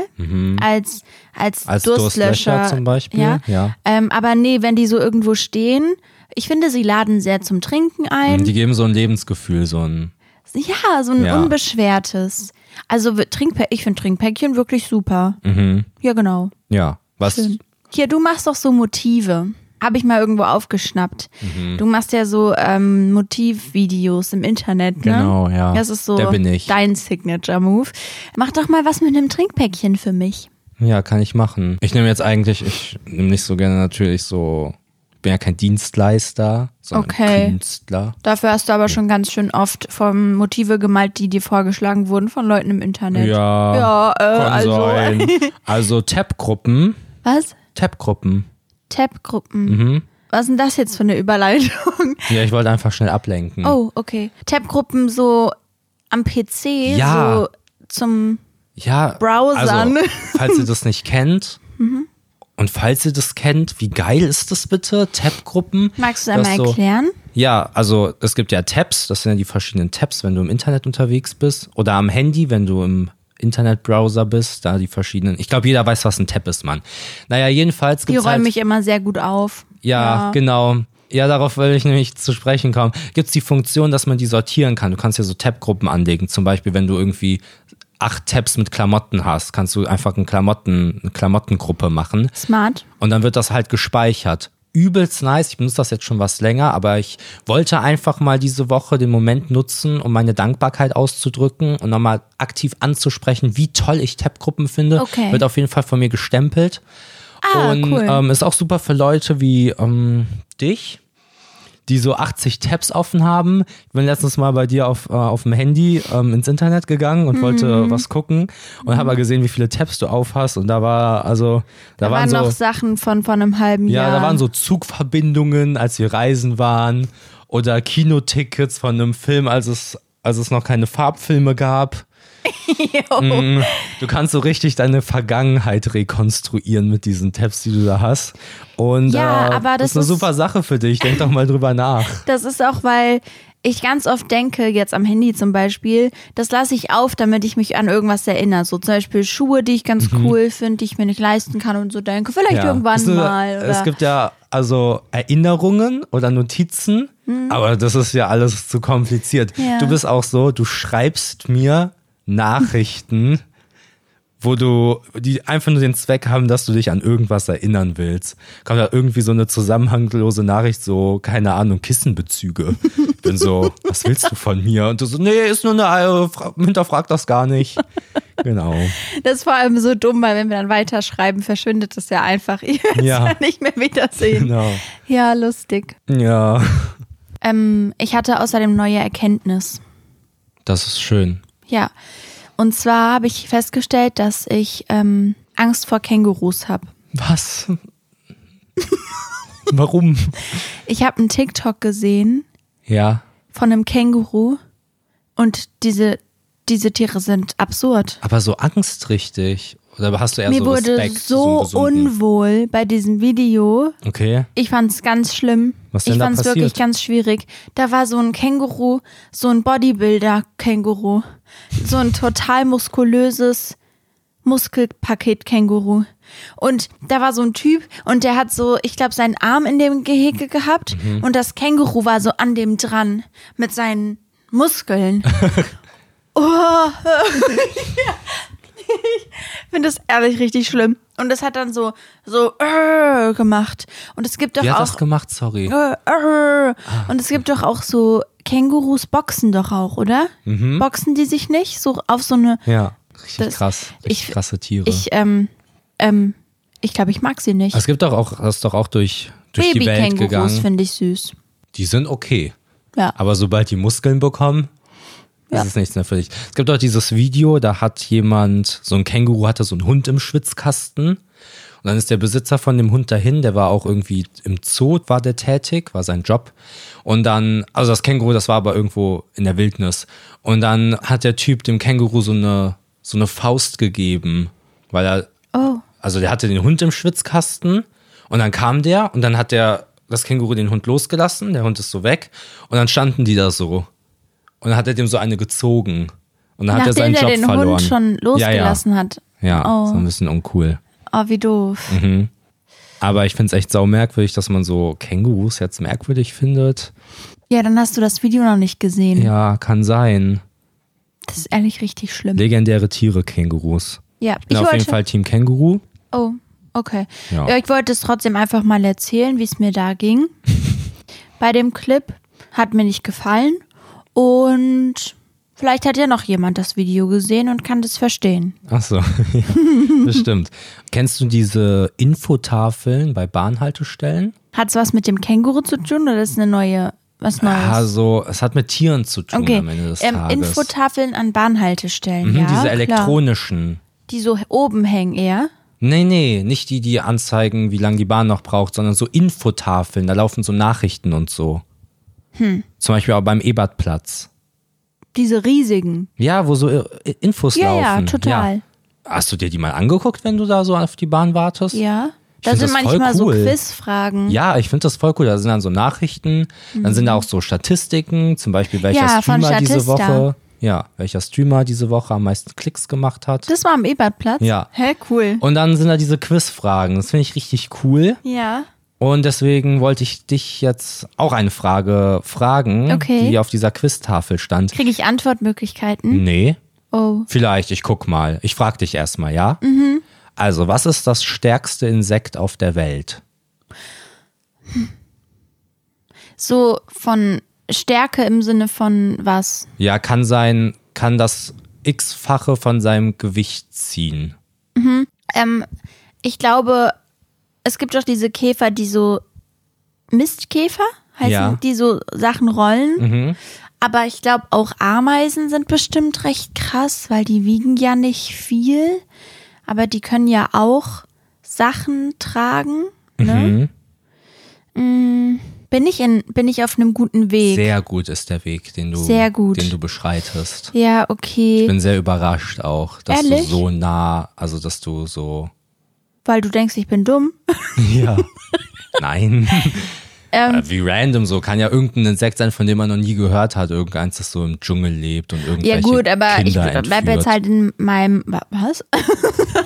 als, als,
Als
Durstlöscher.
Durstlöscher zum Beispiel,
Ja.
ja.
Ähm, aber nee, wenn die so irgendwo stehen, ich finde, sie laden sehr zum Trinken ein.
die geben so ein Lebensgefühl, so ein.
Ja, so ein
Mhm. Ja.
unbeschwertes. Also wir- Trinkpä ich finde Trinkpäckchen wirklich super.
Mhm.
Ja, genau.
Ja. Was?
Schön. Hier, du machst doch so Motive. Habe ich mal irgendwo aufgeschnappt.
Mhm.
Du machst ja so ähm, Motivvideos im Internet, ne?
Genau, ja.
Das ist so
Der bin ich.
dein Signature-Move. Mach doch mal was mit einem Trinkpäckchen für mich.
Ja, kann ich machen. Ich nehme jetzt eigentlich, ich nehme nicht so gerne natürlich so, ich bin ja kein Dienstleister, sondern
Okay.
Künstler.
Dafür hast du aber schon ganz schön oft vom Motive gemalt, die dir vorgeschlagen wurden von Leuten im Internet.
Ja,
Ja, äh,
kann
also.
sein. Also Tab-Gruppen,
Was?
Tab-Gruppen.
Tab-Gruppen.
Mhm.
Was ist denn das jetzt für eine Überleitung?
Ja, ich wollte einfach schnell ablenken.
Oh, okay. Tab-Gruppen so am PC,
Ja.
so zum
ja,
Browsern. Mhm.
Also, falls ihr das nicht kennt und falls ihr das kennt, wie geil ist das bitte? Tab-Gruppen.
Magst du
Das
einmal
so-
erklären?
Ja, also es gibt ja Tabs, das sind ja die verschiedenen Tabs, wenn du im Internet unterwegs bist oder am Handy, wenn du im Internetbrowser bist, da die verschiedenen. Ich glaube, jeder weiß, was ein Tab ist, Mann. Naja, jedenfalls
Die
gibt's
räumen
halt,
mich immer sehr gut auf.
ja, genau. Ja, darauf will ich nämlich zu sprechen kommen. Gibt's die Funktion, dass man die sortieren kann? Du kannst ja so Tab-Gruppen anlegen. Zum Beispiel, wenn du irgendwie acht Tabs mit Klamotten hast, kannst du einfach eine, Klamotten, eine Klamottengruppe machen.
Smart.
Und dann wird das halt gespeichert. Übelst nice. Ich benutze das jetzt schon was länger, aber ich wollte einfach mal diese Woche den Moment nutzen, um meine Dankbarkeit auszudrücken und nochmal aktiv anzusprechen, wie toll ich Tab-Gruppen finde.
Okay.
Wird auf jeden Fall von mir gestempelt.
Ah,
und
cool.
ähm, ist auch super für Leute wie ähm, dich, die so 80 Tabs offen haben. Ich bin letztens mal bei dir auf, äh, auf dem Handy ähm, ins Internet gegangen und
Mhm.
wollte was gucken und habe mal gesehen, wie viele Tabs du auf hast. Und da war, also, da,
Da
waren,
waren
so.
noch Sachen von vor einem halben
Ja,
Jahr.
da waren so Zugverbindungen, als wir reisen waren oder Kinotickets von einem Film, als es, als es noch keine Farbfilme gab. Mm, du kannst so richtig deine Vergangenheit rekonstruieren mit diesen Tabs, die du da hast. Und
Ja,
äh,
aber das
ist eine
ist-
super Sache für dich. Denk doch mal drüber nach.
Das ist auch, weil ich ganz oft denke, jetzt am Handy zum Beispiel, das lasse ich auf, damit ich mich an irgendwas erinnere. So zum Beispiel Schuhe, die ich ganz cool finde, die ich mir nicht leisten kann und so denke, vielleicht
Mhm. Ja.
irgendwann
Ist eine-
mal. Oder
Es gibt ja also Erinnerungen oder Notizen, aber das ist ja alles zu kompliziert.
Mhm. Ja.
Du bist auch so, du schreibst mir Nachrichten, wo du, die einfach nur den Zweck haben, dass du dich an irgendwas erinnern willst. Kommt da irgendwie so eine zusammenhanglose Nachricht, so, keine Ahnung, Kissenbezüge. Ich bin so, was willst du von mir? Und du so, nee, ist nur eine, äh, fra- hinterfrag das gar nicht. Genau.
das ist vor allem so dumm, weil wenn wir dann weiterschreiben, verschwindet das ja einfach. Ich will es
Ja.
ja. nicht mehr wiedersehen.
Genau.
Ja, lustig.
Ja.
Ähm, ich hatte außerdem neue Erkenntnis.
Das ist schön.
Ja. Und zwar habe ich festgestellt, dass ich ähm, Angst vor Kängurus habe.
Was? Warum?
Ich habe einen TikTok gesehen,
Ja.
von einem Känguru und diese, diese Tiere sind absurd.
Aber so Angst richtig. Oder hast du eher
Mir
so
wurde
Respekt?
so
zu einem gesunden-
unwohl bei diesem Video.
Okay.
Ich fand's ganz schlimm.
Was
ich
denn da
fand's
passiert?
wirklich ganz schwierig. Da war so ein Känguru, so ein Bodybuilder-Känguru, so ein total muskulöses Muskelpaket-Känguru. Und da war so ein Typ und der hat so, ich glaube, seinen Arm in dem Gehege gehabt
Mhm.
und das Känguru war so an dem dran mit seinen Muskeln. Oh. Ich finde das ehrlich richtig schlimm. Und das hat dann so, so äh, gemacht. Und es gibt doch
Wer hat
auch
das gemacht? Sorry.
äh, äh. Und es gibt doch auch so Kängurus boxen doch auch, oder?
Mhm.
Boxen die sich nicht so auf so eine
Ja. Richtig
Das-
krass. Richtig
ich-
krasse Tiere.
ich ähm ähm ich glaube, ich mag sie nicht.
es gibt doch auch, das ist doch auch durch, durch die Welt
Babykängurus
gegangen.
finde ich süß.
Die sind okay.
Ja.
Aber sobald die Muskeln bekommen,
Ja.
ist es nichts mehr für dich. Es gibt auch dieses Video, da hat jemand, so ein Känguru hatte so einen Hund im Schwitzkasten. Und dann ist der Besitzer von dem Hund dahin, der war auch irgendwie im Zoo, war der tätig, war sein Job. Und dann, also das Känguru, das war aber irgendwo in der Wildnis. Und dann hat der Typ dem Känguru so eine, so eine Faust gegeben, weil er
Oh.
also der hatte den Hund im Schwitzkasten und dann kam der und dann hat der das Känguru den Hund losgelassen, der Hund ist so weg und dann standen die da so. Und dann hat er dem so eine gezogen. Und dann hat er
Nachdem
seinen
der
Job
den
verloren.
Hund schon losgelassen hat.
Ja, ja. ja
Oh.
so ein bisschen uncool.
Oh, wie doof.
Mhm. Aber ich finde es echt sau merkwürdig, dass man so Kängurus jetzt merkwürdig findet.
Ja, dann hast du das Video noch nicht gesehen.
Ja, kann sein.
Das ist ehrlich richtig schlimm.
Legendäre Tiere, Kängurus.
Ja,
Ich bin
ich
auf
wollte
jeden Fall Team Känguru.
Oh, okay.
Ja.
Ja. ich wollte es trotzdem einfach mal erzählen, wie es mir da ging. Bei dem Clip hat mir nicht gefallen und vielleicht hat ja noch jemand das Video gesehen und kann das verstehen.
Ach so, ja, bestimmt. Kennst du diese Infotafeln bei Bahnhaltestellen?
Hat's was mit dem Känguru zu tun oder ist eine neue, was Neues?
Also, es hat mit Tieren zu tun
okay,
am Ende des
ähm,
Tages.
Infotafeln an Bahnhaltestellen,
Hm,
ja,
diese
klar.
elektronischen.
Die so oben hängen eher.
Nee, nee, nicht die, die anzeigen, wie lange die Bahn noch braucht, sondern so Infotafeln. Da laufen so Nachrichten und so.
Hm.
Zum Beispiel auch beim Ebertplatz.
Diese riesigen.
Ja, wo so äh, Infos
Ja,
laufen.
ja, total.
Hast du dir die mal angeguckt, wenn du da so auf die Bahn wartest?
Ja. Da
find
sind
das voll
manchmal so
cool.
Quizfragen.
Ja, ich finde das voll cool. Da sind dann so Nachrichten, dann sind da auch so Statistiken, zum Beispiel welcher
Mhm. Ja, von
Streamer diese
Statista.
Woche, ja, welcher Streamer diese Woche am meisten Klicks gemacht hat.
Das war am Ebertplatz?
Ja.
Hä, cool.
Und dann sind da diese Quizfragen. Das finde ich richtig cool.
Ja.
Und deswegen wollte ich dich jetzt auch eine Frage fragen,
Okay.
die auf dieser Quiztafel stand.
Kriege ich Antwortmöglichkeiten?
Nee,
Oh.
vielleicht, ich guck mal. Ich frag dich erstmal, ja?
Mhm.
Also, was ist das stärkste Insekt auf der Welt?
So von Stärke im Sinne von was?
Ja, kann sein, kann das x-fache von seinem Gewicht ziehen.
Ähm, ich glaube, es gibt doch diese Käfer, die so Mistkäfer heißen
Ja.
die so Sachen rollen.
Mhm.
Aber ich glaube, auch Ameisen sind bestimmt recht krass, weil die wiegen ja nicht viel. Aber die können ja auch Sachen tragen. Ne? Mm,
Mhm.
Bin, ich in, bin ich auf einem guten Weg?
Sehr gut ist der Weg, den du,
Sehr gut.
Den du beschreitest.
ja, okay.
Ich bin sehr überrascht auch, dass
Ehrlich?
du so nah, also dass du so.
weil du denkst, ich bin dumm.
Ja. Nein.
Ähm.
Äh, Wie random so. Kann ja irgendein Insekt sein, von dem man noch nie gehört hat. Irgendeins, das so im Dschungel lebt und irgendwelche
Ja gut, aber
Kinder
ich bleibe
entführt.
jetzt halt in meinem wa- was?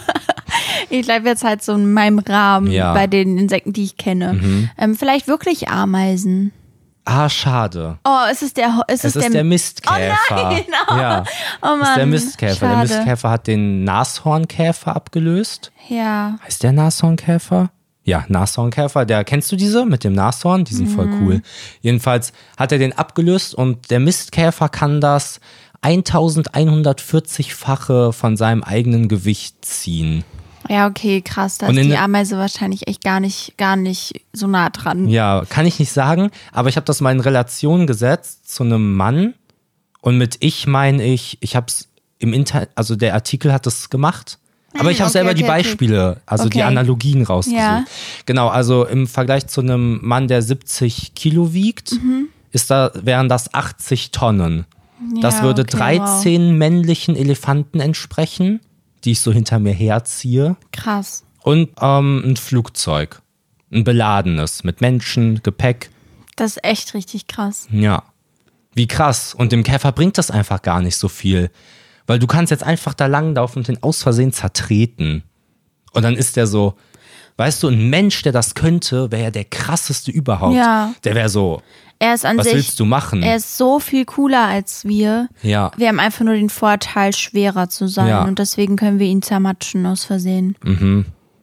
ich bleibe jetzt halt so in meinem Rahmen
Ja. Mhm.
bei den Insekten, die ich kenne. Ähm, vielleicht wirklich Ameisen.
Ah, schade.
Oh, es ist der Ho- es,
Es
ist, der,
Mistkäfer.
oh.
Ja.
Oh
Das ist der
Mann,
Mistkäfer.
schade.
Der Mistkäfer hat den Nashornkäfer abgelöst.
ja.
Heißt der Nashornkäfer? Ja, Nashornkäfer, der kennst du diese mit dem Nashorn? Die sind voll cool. Jedenfalls hat er den abgelöst und der Mistkäfer kann das 1140-fache von seinem eigenen Gewicht ziehen.
Ja, okay, krass, da
Und
ist
in
die
der-
Ameise wahrscheinlich echt gar nicht gar nicht so nah dran.
Ja, kann ich nicht sagen, aber ich habe das mal in Relation gesetzt zu einem Mann. Und mit ich meine ich, ich habe es im Internet, also der Artikel hat es gemacht. Aber ich habe
okay,
selber die
Ah, okay, okay.
Beispiele, also die
Okay.
Analogien rausgesucht.
Ja.
Genau, also im Vergleich zu einem Mann, der 70 Kilo wiegt,
Mhm.
ist da, wären das 80 Tonnen. das
Ja,
würde
okay,
13 männlichen Elefanten entsprechen, die ich so hinter mir herziehe
Krass.
und ähm, ein Flugzeug. Ein beladenes mit Menschen, Gepäck.
Das ist echt richtig krass.
Ja. Wie krass. Und dem Käfer bringt das einfach gar nicht so viel. Weil du kannst jetzt einfach da langlaufen und den aus Versehen zertreten. Und dann ist der so, weißt du, ein Mensch, der das könnte, wäre ja der krasseste überhaupt.
Ja.
Der wäre so,
Er ist an
was
sich
willst du machen?
Er ist so viel cooler als wir.
Ja.
Wir haben einfach nur den Vorteil, schwerer zu sein.
Ja. Mhm.
Und deswegen können wir ihn zermatschen aus Versehen.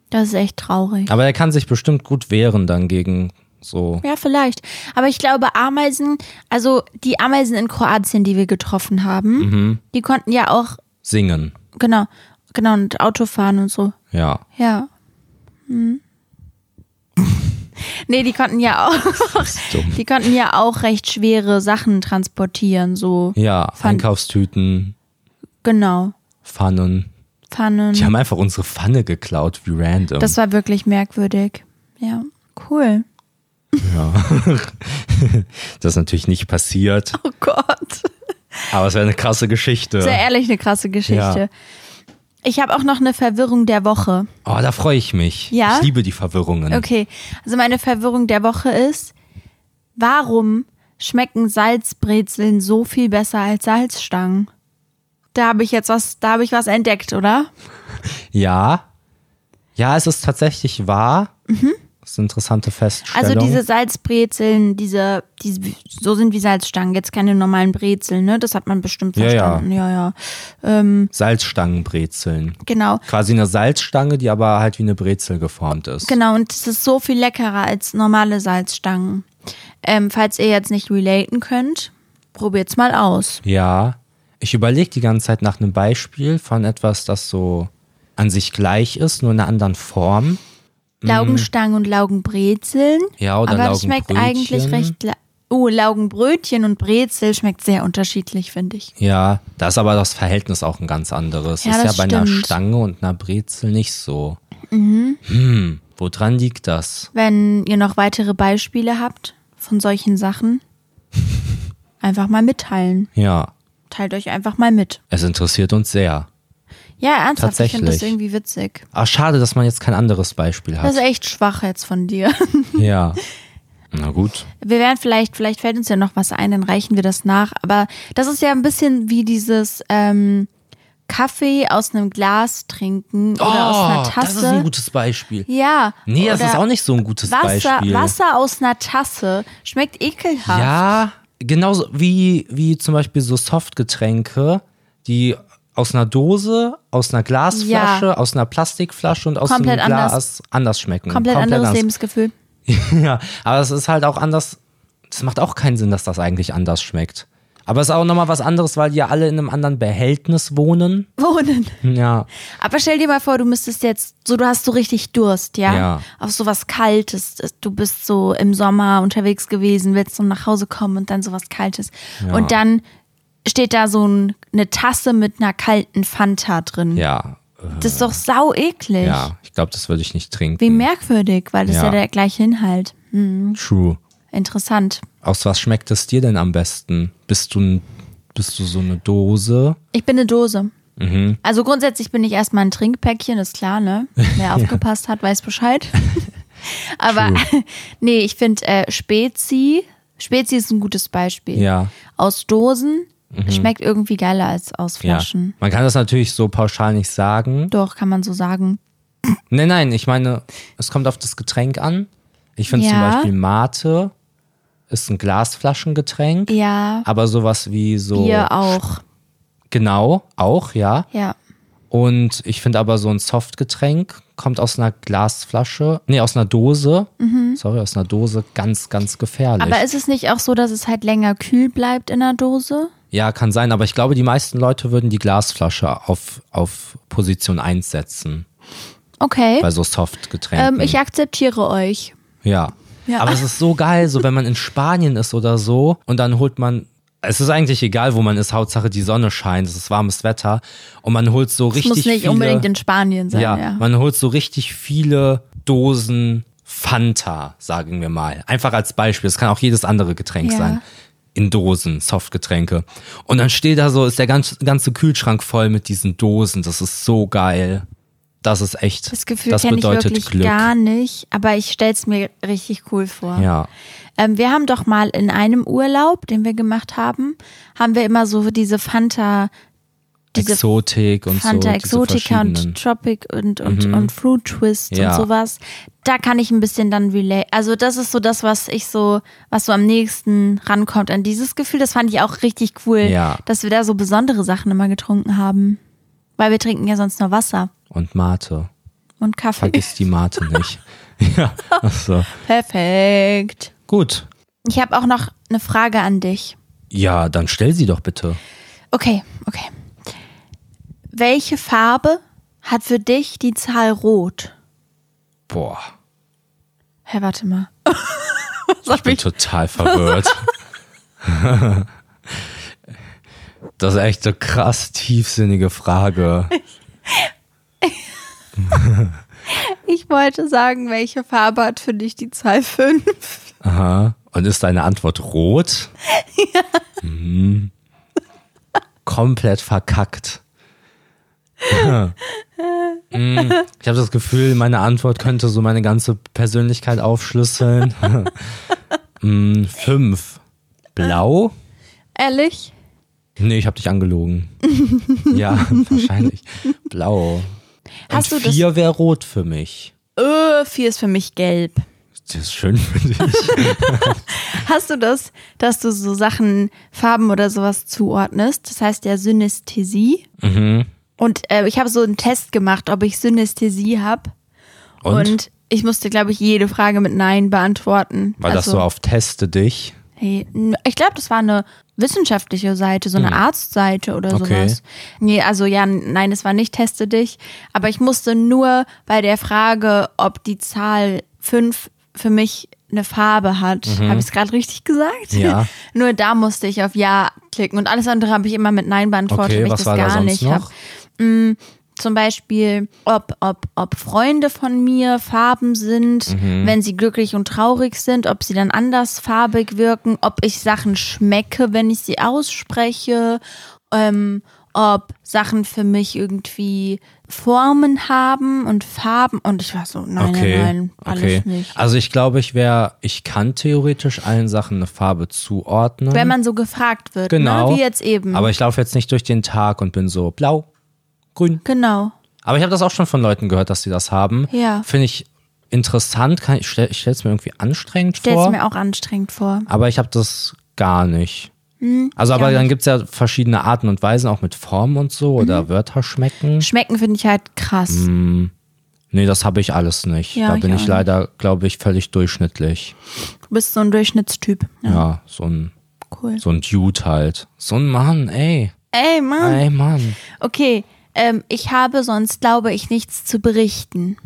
Das ist echt traurig.
Aber der kann sich bestimmt gut wehren dann gegen so.
Ja, vielleicht. Aber ich glaube, Ameisen, also die Ameisen in Kroatien, die wir getroffen haben,
Mhm.
die konnten ja auch,
Singen.
genau, genau, und Auto fahren und so.
Ja.
Ja. Hm. nee, die konnten ja auch,
dumm.
die konnten ja auch recht schwere Sachen transportieren, so.
Ja.
Fun-
Einkaufstüten,
Genau.
Pfannen.
Pfannen.
Die haben einfach unsere Pfanne geklaut, wie random.
Das war wirklich merkwürdig. Ja, cool.
das ist natürlich nicht passiert,
Oh Gott.
aber es wäre eine krasse Geschichte.
Sehr ehrlich, eine krasse Geschichte.
Ja.
Ich habe auch noch eine Verwirrung der Woche.
Oh, da freue ich mich.
Ja?
Ich liebe die Verwirrungen.
Okay, also meine Verwirrung der Woche ist, warum schmecken Salzbrezeln so viel besser als Salzstangen? Da habe ich jetzt was, da habe ich was entdeckt, oder?
Ja. Ja, es ist tatsächlich wahr. Das ist eine interessante Feststellung.
Mhm. Also diese Salzbrezeln, diese, diese so sind wie Salzstangen, jetzt keine normalen Brezeln, ne? Das hat man bestimmt
Ja, ja.
verstanden. Ja, ja. Ähm,
Salzstangenbrezeln.
genau.
Quasi eine Salzstange, die aber halt wie eine Brezel geformt ist.
Genau, und es ist so viel leckerer als normale Salzstangen. Ähm, falls ihr jetzt nicht relaten könnt, probiert's mal aus.
Ja. Ich überlege die ganze Zeit nach einem Beispiel von etwas, das so an sich gleich ist, nur in einer anderen Form.
Laugenstangen und Laugenbrezeln.
Ja, Mhm. oder
Aber das schmeckt
Laugenbrötchen.
eigentlich recht. la- Oh, Laugenbrötchen und Brezel schmeckt sehr unterschiedlich, finde ich.
Ja, da ist aber das Verhältnis auch ein ganz anderes.
Ja,
ist ja
das
bei einer
stimmt.
Stange und einer Brezel nicht so. Mhm. Hm, woran liegt das?
Wenn ihr noch weitere Beispiele habt von solchen Sachen, einfach mal mitteilen.
Ja,
Teilt euch einfach mal mit.
es interessiert uns sehr.
Ja, ernsthaft, ich finde das
Tatsächlich.
irgendwie witzig.
Ach, schade, dass man jetzt kein anderes Beispiel
Das
hat.
ist echt schwach jetzt von dir.
Ja. Na gut.
Wir werden vielleicht, vielleicht fällt uns ja noch was ein, dann reichen wir das nach. Aber das ist ja ein bisschen wie dieses ähm, Kaffee aus einem Glas trinken oder aus einer
Oh,
Tasse.
Das ist ein gutes Beispiel.
ja.
Nee, das
oder
ist auch nicht so ein gutes
Wasser,
Beispiel.
Wasser aus einer Tasse schmeckt ekelhaft.
Ja, genauso wie, wie zum Beispiel so Softgetränke, die aus einer Dose, aus einer Glasflasche, aus einer Plastikflasche und aus
Komplett
einem
anders.
Glas anders, schmecken.
Komplett, anderes Lebensgefühl.
Ja, aber es ist halt auch anders. Das macht auch keinen Sinn, dass das eigentlich anders schmeckt. Aber es ist auch nochmal was anderes, weil die ja alle in einem anderen Behältnis wohnen.
Wohnen.
Ja.
Aber stell dir mal vor, du müsstest jetzt, so du hast so richtig Durst, ja?
Ja.
Auf sowas Kaltes. Du bist so im Sommer unterwegs gewesen, willst dann nach Hause kommen und dann sowas Kaltes. Und dann steht da so ein, eine Tasse mit einer kalten Fanta drin.
Ja. Äh,
Das ist doch sau eklig.
Ja, ich glaube, das würde ich nicht trinken.
Wie merkwürdig, weil das ja.
Ja.
ja der gleiche Inhalt. Hm,
True.
interessant.
Aus was schmeckt es dir denn am besten? Bist du, ein- bist du so eine Dose?
Ich bin eine Dose.
Mhm.
Also grundsätzlich bin ich erstmal ein Trinkpäckchen, ist klar, ne? Wer aufgepasst hat, weiß Bescheid. Aber nee, ich finde äh, Spezi, Spezi ist ein gutes Beispiel.
Ja. Mhm.
Aus Dosen schmeckt irgendwie geiler als aus Flaschen.
Man kann das natürlich so pauschal nicht sagen.
Doch, kann man so sagen.
Nein, nein, ich meine, es kommt auf das Getränk an. Ich finde zum
Ja.
Beispiel Mate ist ein Glasflaschengetränk,
Ja,
aber sowas wie so.
Bier auch.
Genau, auch, ja.
Ja.
Und ich finde aber so ein Softgetränk kommt aus einer Glasflasche, nee, aus einer Dose. Sorry, aus einer Dose ganz, ganz gefährlich.
Mhm. Aber ist es nicht auch so, dass es halt länger kühl bleibt in der Dose?
ja, kann sein, aber ich glaube, die meisten Leute würden die Glasflasche auf, auf Position 1 setzen
Okay.
bei so Softgetränken.
Ähm, ich akzeptiere euch.
Ja.
Ja.
Aber es ist so geil, so wenn man in Spanien ist oder so und dann holt man. Es ist eigentlich egal, wo man ist. Hauptsache die Sonne scheint, es ist warmes Wetter und man holt so
Es
richtig
muss nicht
viele.
unbedingt in Spanien sein,
ja,
ja.
man holt so richtig viele Dosen Fanta, sagen wir mal. Einfach als Beispiel. Es kann auch jedes andere Getränk
Ja.
sein. In Dosen, Softgetränke. Und dann steht da so, ist der ganze, ganze Kühlschrank voll mit diesen Dosen. Das ist so geil. Das ist echt.
Das Gefühl
das
kenne ich
bedeutet
wirklich
Glück.
gar nicht, aber ich stelle es mir richtig cool vor.
Ja.
Ähm, wir haben doch mal in einem Urlaub, den wir gemacht haben, haben wir immer so diese Fanta, diese
Exotik und
Fanta
so. diese
Exotica
verschiedenen. Mhm.
und Tropic und, und, und Fruit Twist
Ja.
und sowas. Da kann ich ein bisschen dann relate. Also das ist so das, was ich so, was so am nächsten rankommt an dieses Gefühl. Das fand ich auch richtig cool,
Ja.
dass wir da so besondere Sachen immer getrunken haben. Weil wir trinken ja sonst nur Wasser
Und Mate.
und Kaffee.
Vergiss die Mate nicht. ja, ach so.
Perfekt.
Gut.
Ich habe auch noch eine Frage an dich.
Ja, dann stell sie doch bitte.
Okay, okay. Welche Farbe hat für dich die Zahl rot?
Boah,
Hä, warte mal. Was hab
bin
ich?
total verwirrt. das ist echt eine krass tiefsinnige Frage.
ich wollte sagen, welche Farbe hat für dich die Zahl 5?
Aha. Und ist deine Antwort rot? Ja. Komplett verkackt. Hm. Ich habe das Gefühl, meine Antwort könnte so meine ganze Persönlichkeit aufschlüsseln. Hm, Fünf. Blau?
Ehrlich?
Nee, ich habe dich angelogen. ja, wahrscheinlich. Blau.
Hast
Und
du das-
vier wäre rot für mich.
Öh, 4 ist für mich gelb.
Das ist schön für dich.
Hast du das, dass du so Sachen, Farben oder sowas zuordnest? Das heißt ja Synästhesie. Und äh, ich habe so einen Test gemacht, ob ich Synästhesie habe.
Und?
ich musste, glaube ich, jede Frage mit Nein beantworten. Also,
War das so auf Teste dich?
Hey, n- ich glaube, das war eine wissenschaftliche Seite, so eine Arztseite oder
Hm. Okay.
sowas. Nee, also ja, n- nein, es war nicht teste dich, aber ich musste nur bei der Frage, ob die Zahl 5 für mich eine Farbe hat. Habe ich es gerade richtig gesagt?
Mhm. Ja.
nur da musste ich auf Ja klicken und alles andere habe ich immer mit Nein beantwortet,
Okay,
weil ich
was
das
war da
gar
sonst
nicht
noch?
habe. Zum Beispiel, ob, ob, ob Freunde von mir Farben sind,
Mhm.
wenn sie glücklich und traurig sind, ob sie dann anders farbig wirken, ob ich Sachen schmecke, wenn ich sie ausspreche, ähm, ob Sachen für mich irgendwie Formen haben und Farben. Und ich war so, nein,
Okay.
nein, nein, alles
okay.
nicht.
Also ich glaube, ich wäre, ich kann theoretisch allen Sachen eine Farbe zuordnen.
Wenn man so gefragt wird,
genau.
ne? wie jetzt eben.
Aber ich laufe jetzt nicht durch den Tag und bin so blau, grün.
genau.
Aber ich habe das auch schon von Leuten gehört, dass sie das haben.
Ja.
Finde ich interessant. Kann ich stell, ich stelle es mir irgendwie anstrengend
Stell es
vor.
mir auch anstrengend vor.
aber ich habe das gar nicht.
Hm,
also aber dann gibt es ja verschiedene Arten und Weisen, auch mit Formen und so oder
Mhm.
Wörter schmecken.
Schmecken finde ich halt krass.
Mhm. Nee, das habe ich alles nicht.
Ja,
da
ich
bin
auch
ich
nicht.
leider, glaube ich, völlig durchschnittlich.
Du bist so ein Durchschnittstyp. Ja.
Ja, so ein
cool.
So ein Dude halt. So ein Mann, ey.
Ey, Mann.
Ey, Mann.
Okay, ähm, ich habe sonst, glaube ich, nichts zu berichten.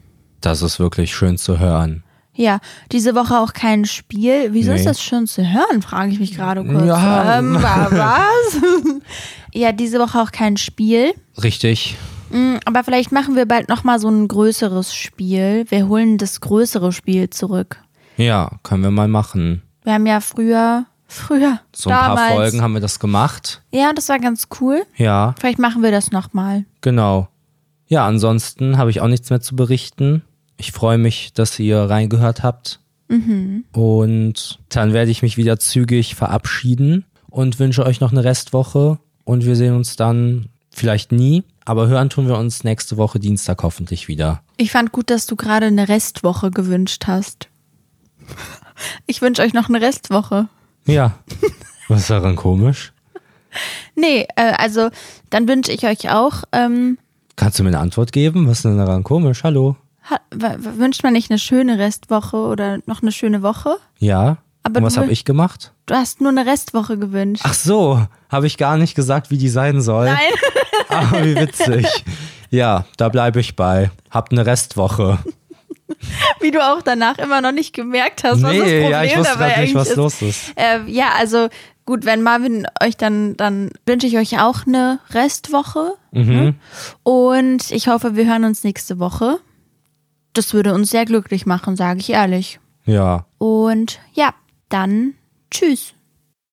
Das ist wirklich schön zu hören.
Ja, diese Woche auch kein Spiel. Wieso ist
Nee.
das schön zu hören, frage ich mich gerade kurz.
Ja.
Ähm, wa- was? ja, diese Woche auch kein Spiel.
Richtig.
Mm, Aber vielleicht machen wir bald nochmal so ein größeres Spiel. Wir holen das größere Spiel zurück.
Ja, können wir mal machen.
Wir haben ja früher, früher,
So ein
damals.
paar Folgen haben wir das gemacht.
Ja, das war ganz cool.
Ja,
Vielleicht machen wir das nochmal.
genau. Ja, ansonsten habe ich auch nichts mehr zu berichten. Ich freue mich, dass ihr reingehört habt.
Mhm.
Und dann werde ich mich wieder zügig verabschieden und wünsche euch noch eine Restwoche. Und wir sehen uns dann vielleicht nie, aber hören tun wir uns nächste Woche Dienstag hoffentlich wieder.
Ich fand gut, dass du gerade eine Restwoche gewünscht hast. Ich wünsche euch noch eine Restwoche.
Ja. Was ist daran komisch?
Nee, äh, also dann wünsche ich euch auch, ähm,
Kannst du mir eine Antwort geben? Was ist denn daran komisch? Hallo?
ha- w- w- wünscht man nicht eine schöne Restwoche oder noch eine schöne Woche?
Ja.
Aber
Und
du
was habe
will-
ich gemacht?
Du hast nur eine Restwoche gewünscht.
Ach äh. so, habe ich gar nicht gesagt, wie die sein soll.
Nein.
Aber wie witzig. Ja, da bleibe ich bei. Habt eine Restwoche.
Wie du auch danach immer noch nicht gemerkt hast, was das
nee,
Problem
ja, ich wusste
dabei
gerade nicht,
eigentlich
was
ist.
los ist.
Ähm, ja, also gut, wenn Marvin euch dann, dann wünsche ich euch auch eine Restwoche.
Mhm.
Ne? Und ich hoffe, wir hören uns nächste Woche. Das würde uns sehr glücklich machen, sage ich ehrlich.
Ja.
Und ja, dann tschüss.